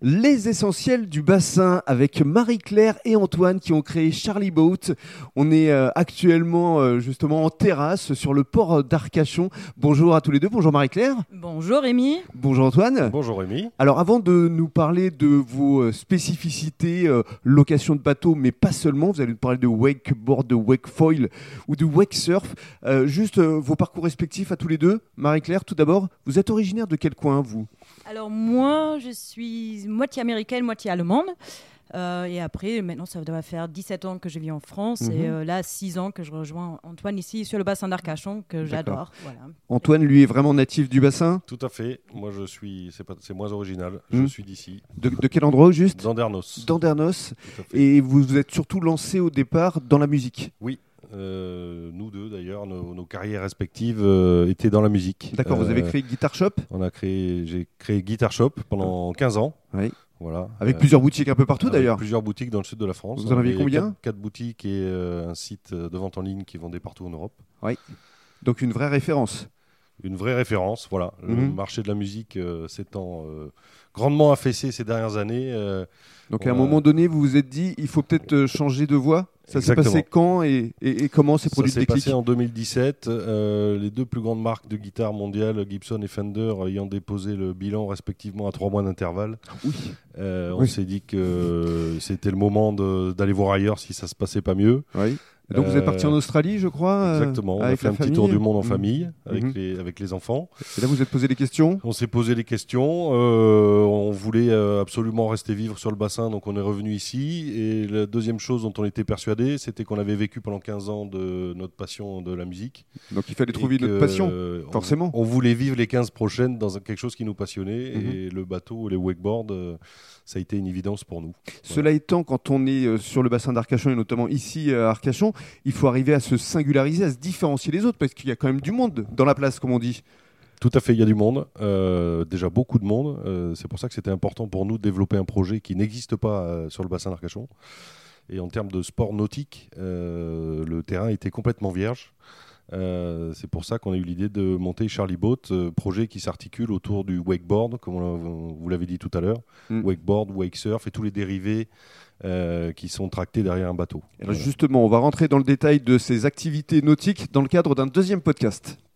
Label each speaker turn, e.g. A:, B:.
A: Les essentiels du bassin avec Marie-Claire et Antoine qui ont créé Charlie Boat. On est euh, actuellement euh, justement en terrasse sur le port d'Arcachon. Bonjour à tous les deux. Bonjour Marie-Claire.
B: Bonjour Rémi.
A: Bonjour Antoine.
C: Bonjour Rémi.
A: Alors avant de nous parler de vos euh, spécificités, euh, location de bateau, mais pas seulement, vous allez nous parler de wakeboard, de wakefoil ou de wakesurf. Euh, juste euh, vos parcours respectifs à tous les deux. Marie-Claire, tout d'abord, vous êtes originaire de quel coin, vous
B: Alors moi, je suis moitié américaine, moitié allemande. Euh, et après, maintenant, ça doit faire 17 ans que je vis en France.
A: Mhm.
B: Et euh, là, 6 ans que je rejoins Antoine ici sur le bassin d'Arcachon, que j'adore. Voilà.
A: Antoine, lui, est vraiment natif du bassin
C: Tout à fait. Moi, je suis. C'est pas... c'est moins original.
A: Mm.
C: Je suis d'ici.
A: de, de quel endroit, au juste
C: Zandernos.
A: D'Andernos.
C: Tout à fait.
A: Et vous vous êtes surtout lancé au départ dans la musique.
C: Euh, nous deux, d'ailleurs, nos, nos carrières respectives euh, étaient dans la musique.
A: D'accord, vous avez
C: Euh,
A: créé Guitar Shop
C: On a créé. J'ai créé Guitar Shop pendant 15 ans.
A: Ah. Oui.
C: Voilà.
A: avec
C: Euh,
A: plusieurs boutiques un peu partout
C: avec
A: d'ailleurs.
C: Plusieurs boutiques dans le sud de la France.
A: Vous en
C: On
A: avez
C: avait
A: combien
C: quatre, quatre boutiques et euh, un site euh, de vente en ligne qui vendait partout en Europe.
A: Donc une vraie référence.
C: Une vraie référence, voilà. Le
A: Mhm.
C: marché de la musique euh, s'étant euh, grandement affaissé ces dernières années. euh,
A: Donc
C: On
A: à un
C: a-
A: moment donné, vous vous êtes dit, il faut peut-être euh, changer de voie. Ça s'est
C: Exactement.
A: passé quand et, et- et comment s'est produit
C: Ça
A: le
C: s'est
A: déclic
C: passé en 2017. euh, les deux plus grandes marques de guitare mondiales, Gibson et Fender, ayant déposé le bilan respectivement à trois mois d'intervalle,
A: Oui.
C: euh, on
A: Oui.
C: s'est dit que c'était le moment de- d'aller voir ailleurs si ça se passait pas mieux.
A: Oui. Et Donc vous êtes parti en Australie, je crois. euh,
C: Exactement. On a
A: avec
C: fait
A: la
C: un petit tour
A: famille.
C: du monde en
A: Mhm.
C: famille avec,
A: Mhm.
C: les, avec les enfants.
A: Et là, vous vous êtes posé des questions.
C: On s'est posé des questions. euh, on voulait euh, absolument rester vivre sur le bassin, donc on est revenu ici. Et la deuxième chose dont on était persuadé, c'était qu'on avait vécu pendant 15 ans de notre passion de la musique.
A: Donc il fallait
C: et
A: trouver
C: que,
A: notre passion.
C: euh, on-
A: forcément.
C: On, voulait vivre les 15 prochaines dans un- quelque chose qui nous passionnait
A: Mhm.
C: et le bateau, les wakeboards, euh, ça a été une évidence pour nous.
A: Cela étant, quand on est euh, sur le bassin d'Arcachon et notamment ici euh, à Arcachon, il faut arriver à se singulariser, à se différencier des autres parce qu'il y a quand même du monde dans la place, comme on dit.
C: Tout à fait, il y a du monde, euh, déjà beaucoup de monde. euh, c'est pour ça que c'était important pour nous de développer un projet qui n'existe pas euh, sur le bassin d'Arcachon. Et en termes de sport nautique, euh, le terrain était complètement vierge. Euh, c'est pour ça qu'on a eu l'idée de monter Charlie Boat, euh, projet qui s'articule autour du wakeboard, comme on l'a- vous l'avez dit tout à l'heure,
A: Mm.
C: wakeboard, wake surf et tous les dérivés euh, qui sont tractés derrière un bateau.
A: Alors
C: Voilà.
A: justement, on va rentrer dans le détail de ces activités nautiques dans le cadre d'un deuxième podcast.